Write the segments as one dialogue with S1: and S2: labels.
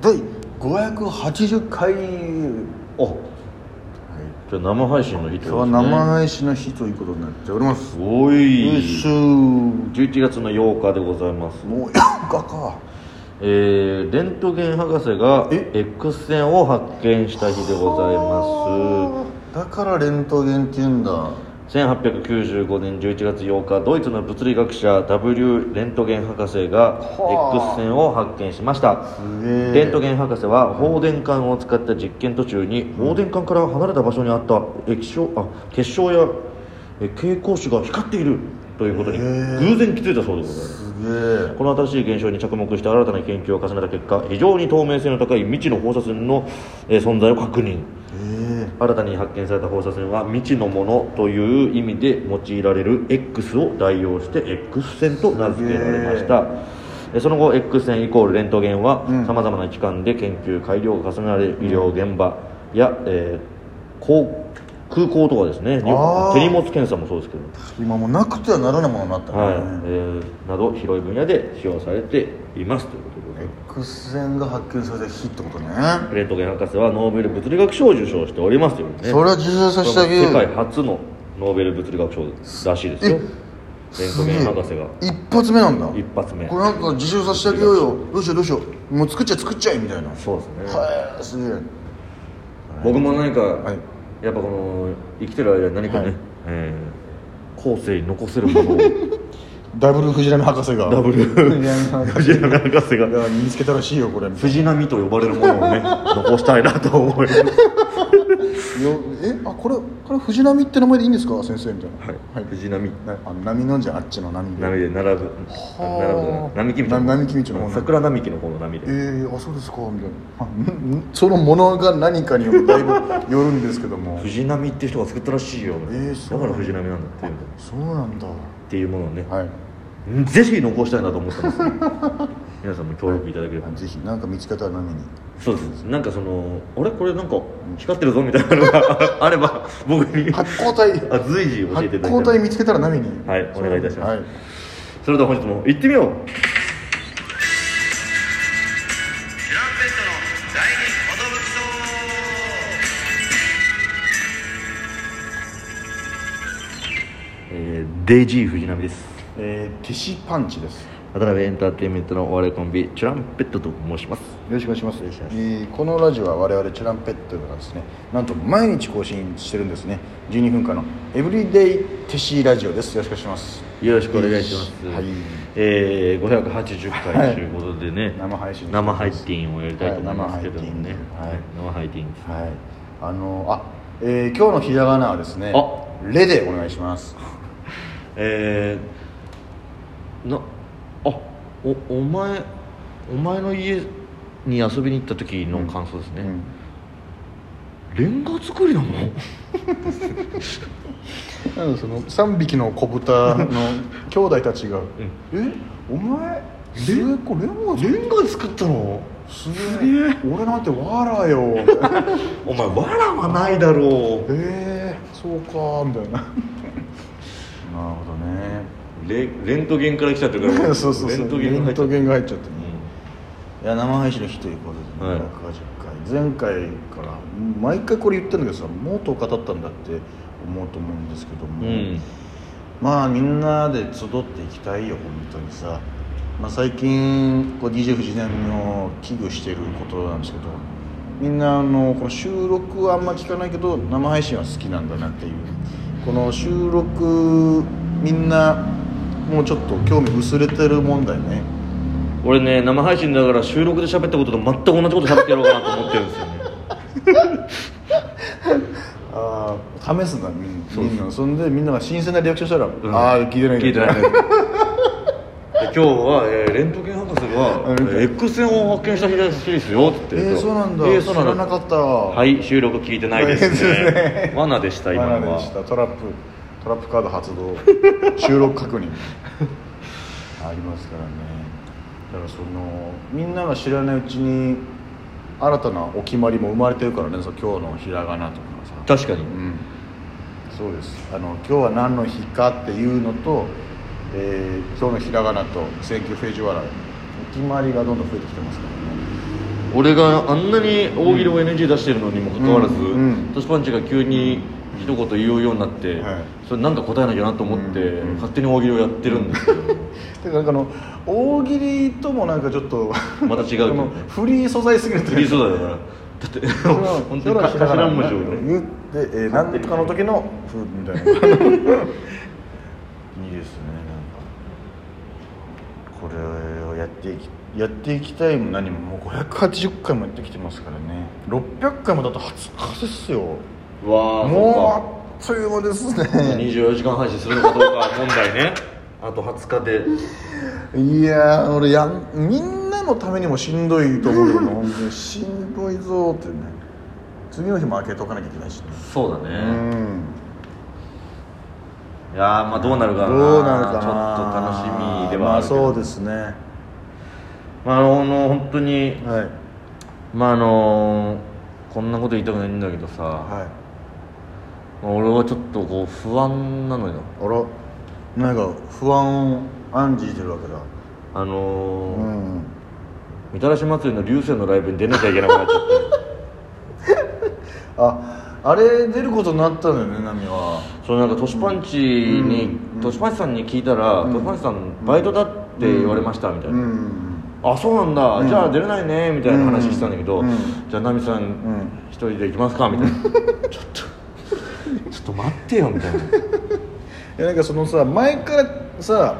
S1: 第580回
S2: お、じゃあ生配信の日って
S1: 今日は
S2: ことですね
S1: 生配信の日ということになっておりますよ
S2: お
S1: いしょ
S2: い
S1: も
S2: 11月の8日でございます
S1: う4日か
S2: えー、レントゲン博士が
S1: え
S2: X 線を発見した日でございま
S1: だからレントゲンって言うんだ
S2: す1895年11月8日ドイツの物理学者 W レントゲン博士が
S1: はあ
S2: X 線を発見しました
S1: すげえ
S2: レントゲン博士は放電管を使った実験途中に放電管から離れた場所にあった液晶あ結晶やえ蛍光子が光っているということに
S1: へ
S2: 偶然気づいたそうでございま
S1: す
S2: す
S1: げえ
S2: この新しい現象に着目して新たな研究を重ねた結果非常に透明性の高い未知の放射線のえー存在を確認
S1: え
S2: 新たに発見された放射線は未知のものという意味で用いられる X を代用して X 線と名付けられましたえその後 X 線イコールレントゲンは
S1: うん
S2: さまざまな機関で研究改良が重ねられ医療現場や、えー航空港とかですね手
S1: あー
S2: 荷物検査もそうですけど
S1: 今もうなくてはならないものになったね、
S2: はいえーなど広い分野で使用されていますということでございます
S1: X 線が発見された日ってことね
S2: レントゲン博士はノーベル物理学賞を受賞しておりますというね
S1: それは受賞させてあげ
S2: 世
S1: よう
S2: 界
S1: よ
S2: 初のノーベル物理学賞らしいですよレントゲン博士が
S1: 一発目なんだ
S2: 一発目
S1: これなんか自称させてあげようよどうしようどうしようもう作っちゃえ作っちゃえみたいな
S2: そうですね、
S1: はえすげえ
S2: 僕も何か、
S1: い
S2: やっぱこの生きてる間に何かね、
S1: はい
S2: えー後世に残せるものを
S1: ダブル藤波博士が
S2: ダ ブル
S1: 藤波博士
S2: 藤波博士が
S1: が見つけたらしいよこれよ
S2: 藤波と呼ばれるもの をね残したいなと思います
S1: えあこれこれ藤波って名前でいいんですか先生みたいな
S2: はい、
S1: はい
S2: 藤波
S1: なあの波のんじゃんあっちの波
S2: 波で並ぶ
S1: はあ
S2: 並ぶ並木道の
S1: な並木道の方ね
S2: 桜並木の方の波で
S1: えー、あそうですかみたいなあんんそのものが何かによるだい ぶよるんですけども
S2: 藤波っていう人が作ったらしいよ、
S1: えーそう
S2: だから藤波なんだっていう
S1: そうなんだ
S2: っていうものをね、
S1: はい
S2: ぜひ残したいなと思ってます 皆さんも協力いただければ、
S1: ぜひなんか見つけたら 波に
S2: そうですなんかそのあれこれなんか光ってるぞみたいなのがあれば僕にあ
S1: 発光体
S2: 随時教え
S1: 発
S2: ていただ
S1: 光
S2: きた
S1: 体
S2: い
S1: 見つけたら波に
S2: はいお願いいたします
S1: はい
S2: それでは本日も行ってみよう
S3: トランペットの第二
S2: えーデイジー藤波です
S1: えー、ティシパンチです
S2: 渡辺エンターテインメントのお笑いコンビチュランペットと申します
S1: よろしくお願いします
S2: よろしくお願いします
S1: えーこのラジオは我々チュランペットがですねなんと毎日更新してるんですね12分間のエブリデイテシラジオですよろしくお願いします
S2: よろしくお願いします、
S1: はい
S2: えー、580
S1: は
S2: 回
S1: い
S2: ということでね、
S1: 生配信
S2: 生配信をやりたいと思いますけどもね、
S1: はい
S2: 生配信です、
S1: はいあのあ、えー、今日のひらがなはですね
S2: あ
S1: レでお願いします
S2: えー、なあおお前お前の家に遊びに行った時の感想ですね、
S1: うん
S2: レンガ作りなの
S1: なんかその3匹の子豚 の兄弟たちが「えお前すげえこれレンガ作っ
S2: レンガ作ったの
S1: すげえ俺なんてわらよ」みたいな
S2: お前わらはないだろう
S1: えー、そうか」みたいななるほどね
S2: レレントゲンから来ちゃってるか ら
S1: そうそうそう
S2: レントゲンが入っちゃって
S1: レ
S2: る
S1: ンが入っちゃってね、いや生配信の日ということで、ね
S2: はい
S1: 180回前回から毎回これ言ってるんだけどさもっと語ったんだって思うと思うんですけども、
S2: うん
S1: まあみんなで集っていきたいよ本当にさ、まあ、最近こう DJ フジネンの危惧していることなんですけどみんなあのこの収録はあんま聞かないけど生配信は好きなんだなっていうこの収録みんなもうちょっと興味薄れてる問題ね
S2: 俺ね生配信だから収録で喋ったことと全く同じこと喋ってやろうかなと思ってるんですよね
S1: ああ試すんだみん
S2: そう
S1: みんなそんでみんなが新鮮なリアクションしたら、
S2: ん
S1: ああ聞いてない
S2: 聞いてないで今日は、えーレントゲン博士
S1: う
S2: が
S1: ん
S2: えー X 線を発見したみたいですよって
S1: え
S2: 言っ
S1: ー、
S2: て
S1: そうなんだ、
S2: えーそうなんだ
S1: 知らなかった
S2: はいい収録聞いてないですね
S1: そうですね
S2: 罠でした今
S1: 今
S2: の
S1: で
S2: は
S1: したトラップトラップカード発 動収録確認ありますからねだからそのみんなが知らないうちに新たなお決まりも生まれてるからねそう今日のひらがなとかさ
S2: 確かに
S1: うん、そうですあの今日は何の日かっていうのと、えー今日のひらがなと「センキューフェイジュワラ」お決まりがどんどん増えてきてますからね
S2: 俺があんなに大喜利を NG 出してるのにもかかわらず、
S1: うんうん
S2: トシパンチが急に一言言うようになって、
S1: はい
S2: それなんか答えなきゃなと思って、
S1: うんうん
S2: 勝手に大喜利をやってるんです けど
S1: だからなんかあの大喜利ともなんかちょっと
S2: また違うけどね
S1: あのフリー素材すぎると
S2: フリー
S1: 材
S2: 素材だからだって本当にか頭文字をね
S1: 言って、えー、なんとかの時の「ふ」みたいないいですねなんかこれをやっていきやっていきたいも何ももう580回もやってきてますからね600回もだと初初っすよ
S2: うわあそうか
S1: もうあっという間ですね
S2: 24時間配信するのかどうか問題ねあと20日で
S1: いやー俺やんみんなのためにもしんどいと思うけど本当にしんどいぞーってね次の日も開けとかなきゃいけないしね
S2: そうだね、
S1: うん
S2: いやーまあどうなるかな
S1: どうなるかな
S2: ちょっと楽しみで
S1: ま
S2: は
S1: あ
S2: あるけど、
S1: そうですねは
S2: まああの本当に
S1: い
S2: まああのこんなこと言いたくないんだけどさ、
S1: はい
S2: まあ俺はちょっとこう不安なのよ
S1: あらなんか不安を暗示してるわけだ
S2: あの
S1: う
S2: ー
S1: ん
S2: みたらし祭りの流星のライブに出なきゃいけなくなっちゃっ
S1: ああれ出ることになったんだよねナミは
S2: てそのなんかトシパンチに、トシパンチさんに聞いたら、トシパンチさんバイトだって言われましたみたいな、
S1: うん
S2: あそうなんだ、じゃあ出れないねみたいな話してたんだけど、
S1: うん
S2: じゃあナミさん、一人で行きますかみたいなちょっとちょっと待ってよ みたいない
S1: やなんかそのさ前からさ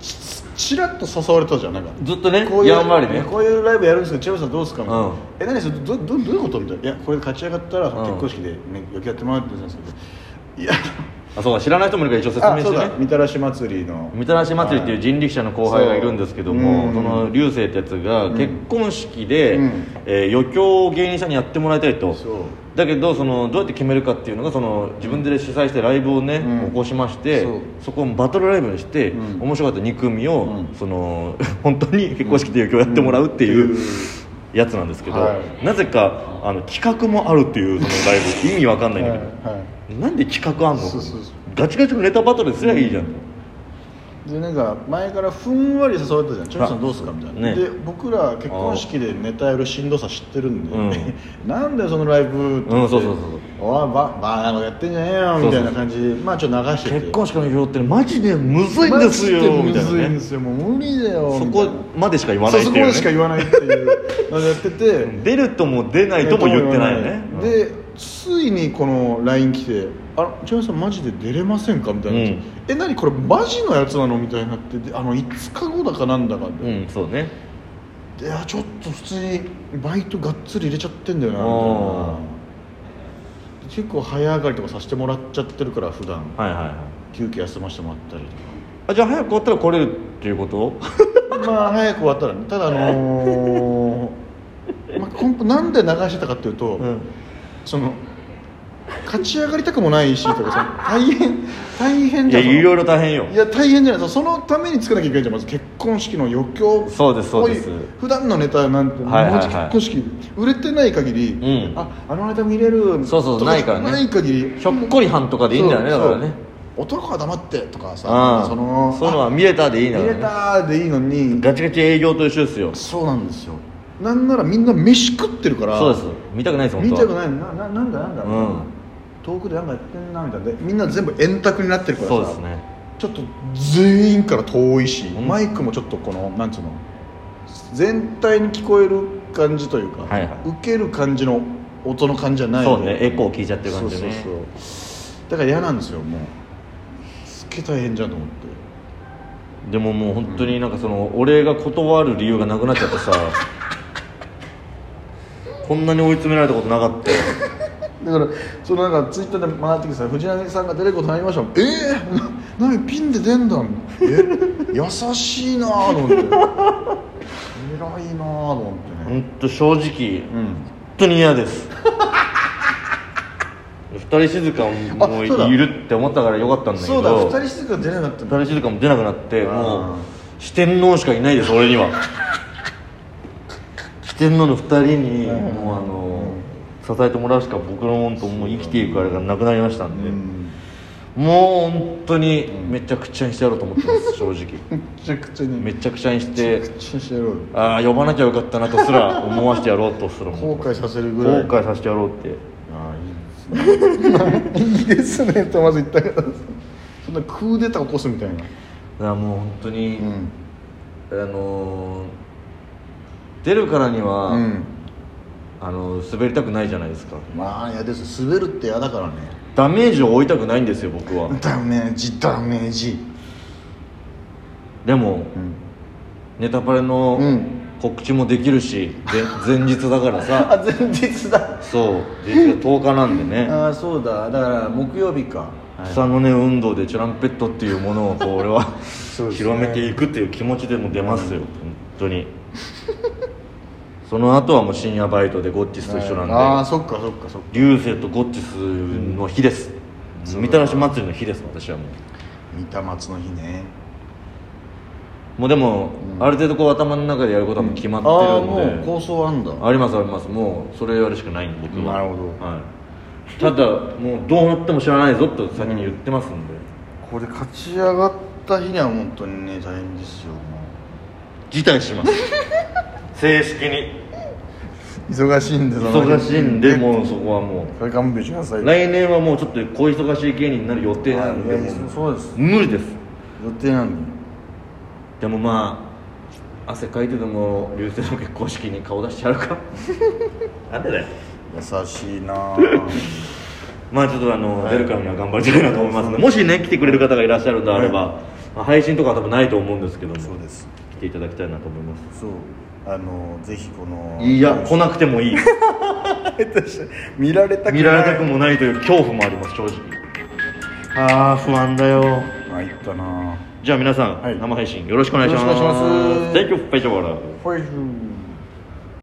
S1: ちちらっと誘われたじゃんなんか
S2: ずっとね
S1: こういう
S2: やんわりね
S1: こういうライブやるんですけど千葉さんどうですかみたいな、
S2: うん
S1: え何それどどどういうことみたいないやこれ勝ち上がったらその
S2: うん
S1: 結婚式で、ねよくやってもらってたんですけどいや
S2: あそうだ知らない人もいるから一応説
S1: あ
S2: 明し
S1: そうだ
S2: てね
S1: みたらし祭りの
S2: みたらし祭りっていう人力車の後輩がいるんですけども、
S1: はい
S2: その流星ってやつが結婚式で、
S1: うん
S2: えー余興を芸人さんにやってもらいたいと
S1: そう
S2: だけどそのどうやって決めるかっていうのがその自分で主催してライブをね、
S1: うん
S2: 起こしまして
S1: そう
S2: そこをバトルライブにして、
S1: うん
S2: 面白かった2組を、
S1: うん
S2: その 本当に結婚式で余興やってもらうっていう。
S1: うん
S2: やつなんですけど、
S1: は
S2: なぜかあの企画もあるっていうそのライブ 意味わかんないんだけど、
S1: はいは
S2: なんで企画あんの
S1: そうそうそう
S2: ガチガチのネタバトルすりゃいいじゃん、
S1: いでなんか前からふんわり誘われたじゃん「チョイさんどうすか?」みたいな、
S2: ね
S1: で僕ら結婚式でネタやるしんどさ知ってるんで、
S2: うん
S1: なんだよそのライブって
S2: うんそうそうそう
S1: おいババーナーやってんじゃねえよみたいな感じでまあちょっと流してて
S2: 結婚式の表ってマジでむずいんですよ
S1: マジ
S2: み
S1: で
S2: た
S1: む
S2: い
S1: ずい
S2: なんね
S1: ですよもう無理だよ
S2: そ
S1: みたい
S2: こ
S1: な
S2: までしか言わ
S1: そ
S2: な
S1: う
S2: いっ
S1: そ
S2: て
S1: こ
S2: い
S1: ま
S2: う、
S1: でしか
S2: ね、
S1: 言わないっていうのをやってて
S2: 出るとも出ないとも言ってないよね
S1: うんでついにこの LINE 来て「あ千葉さんマジで出れませんか?」みたいなやつ、
S2: うん
S1: え何これマジのやつなの?」みたいになってであの5日後だかなんだか
S2: う
S1: で,、
S2: ん、うんそうね
S1: であちょっと普通にバイトがっつり入れちゃってんだよなみ
S2: あ
S1: たいな結構早上がりとかさせてもらっちゃってるから普段
S2: はいはいはい
S1: 休憩休ませてもらったりとか。
S2: あじゃあ早く終わったら来れるっていうこと
S1: まあ早く終わったらねただあの ーまあ、本当なんで流してたかっていうと、
S2: ん
S1: その勝ち上がりたくもないしとかさ大変大変
S2: い
S1: じゃ
S2: や
S1: んその
S2: いろいろ大変よ
S1: いや大変じゃないそのために作らなきゃいけないじゃんまず結婚式の余興っぽい
S2: そうですそうです
S1: 普段のネタなんて、
S2: はいはいはい
S1: マジ結婚式売れてない限り、
S2: ん
S1: ああのネタ見れる
S2: そうそう
S1: と
S2: ないからね
S1: ない限り
S2: ひょっこりはんとかでいいんだよねだからね
S1: そう男は黙ってとかさ
S2: ああ
S1: その
S2: そういうのは見れたでいいんだ
S1: 入
S2: よ
S1: れ
S2: ね
S1: たーでいいのに
S2: ガチガチ営業と一緒ですよ
S1: そうなんですよなんならみんな飯食ってるから
S2: そうです見たくないです本
S1: 見
S2: 当
S1: た
S2: は
S1: くないなななんだなんだ、
S2: うん
S1: 遠くでなんかやってんなみたいなでみんな全部円卓になってるからさ
S2: そうですね
S1: ちょっと全員から遠いし、
S2: うん
S1: マイクもちょっとこのなんつうの全体に聞こえる感じというか、
S2: はいはい
S1: 受ける感じの音の感じじゃない
S2: そうねエコー聞いちゃってる
S1: そ
S2: 感
S1: う
S2: じ
S1: そう
S2: でね
S1: そうだから嫌なんですよもうすっげえ大変じゃんと思って
S2: でももう本当になんかその俺が断る理由がなくなっちゃってさこんなに追い詰められたことなかったよ
S1: だからそのなんかツイッターで学ってきてさ藤波さんが出ることになりましたもんえー、な何ピンで出んだんえ優しいなぁと思って偉いなぁと思ってね
S2: 本当正直
S1: う
S2: 本
S1: ん
S2: 当に嫌です二人静かも
S1: あ
S2: もうい
S1: そうだ
S2: るって思ったからよかったんだけ
S1: そ
S2: ど
S1: うだ二人してから出なかったんだ
S2: 二人静かも出なくなって
S1: あー
S2: もう四天王しかいないです俺には 四天王の二人に
S1: はいはい
S2: もうあの支えてもらうしか僕のもんともう生きていくあれがなくなりましたんで、
S1: うん
S2: もう本当にめちゃくちゃにしてやろうと思ってます正直
S1: めちゃくちゃに
S2: め
S1: ち
S2: ちゃくちゃにし
S1: ゃ
S2: て
S1: くちゃしてやろう
S2: ああ呼ばなきゃよかったなと すら思わせてやろうとするも
S1: 後
S2: ん
S1: 悔させる
S2: 後
S1: ぐらい
S2: 悔させてやろうって
S1: ああいいですねいいですねとまず言ったけどそんなクーデター起こすみたいな
S2: だからもう本当に、
S1: うん
S2: あのー出るからには、
S1: うん
S2: あのー滑りたくないじゃないですか
S1: まあ嫌です滑るって嫌だからね
S2: ダメージを負いたくないんですよ僕は
S1: ダメージダメージ
S2: でも
S1: うん
S2: ネタパレの
S1: うん
S2: 告知もできるし、ぜ前日だから さ
S1: あ前日だ
S2: そう実は10日なんでね
S1: ああそうだだから木曜日か
S2: 草の根運動でチュランペットっていうものを こう俺は
S1: うですね
S2: 広めていくっていう気持ちでも出ますよ、本当にその後はもう深夜バイトでゴッチスと一緒なんで、
S1: ああそっかそっかそっか
S2: 流星とゴッチスの日です、みたらし祭りの日です私はもう
S1: 三田松の日ね
S2: もうでも、ある程度こう頭の中でやることはもう決まって
S1: ああ
S2: るん
S1: も
S2: で、
S1: う構想あんだ
S2: ありますありますもうそれやるしかないんで僕は
S1: なるほど
S2: はい、ただもうどうなっても知らないぞと先に言ってますんで、
S1: これ勝ち上がった日には本当にね大変ですよも
S2: 辞退します 正式に
S1: う忙しいんで
S2: 忙しいんでもうそこはも
S1: これ勘弁してくださいう
S2: 来年はもうちょっと小忙しい芸人になる予定なんで
S1: いやそう
S2: もう
S1: そうです
S2: 無理です
S1: 予定なんで
S2: でもまあ汗かいてでも流星の結婚式に顔出してやるか なんでだよ
S1: 優しいなぁ
S2: まあちょっとあの、出るからには頑張りたいなと思いますのでもしね来てくれる方がいらっしゃるんであれば、まあ配信とかは多分ないと思うんですけども
S1: そうです
S2: 来ていただきたいなと思います
S1: そうあのぜひこの
S2: いや来なくてもいい
S1: 見られたくない
S2: 見られたくもないという恐怖もあります正直ああ不安だよ
S1: あいったなぁ
S2: じゃあ皆さん、
S1: はい
S2: 生配信よろしくお願いします
S1: よろしくお願いします
S2: Thank you フェイシャワラー
S1: ファイフ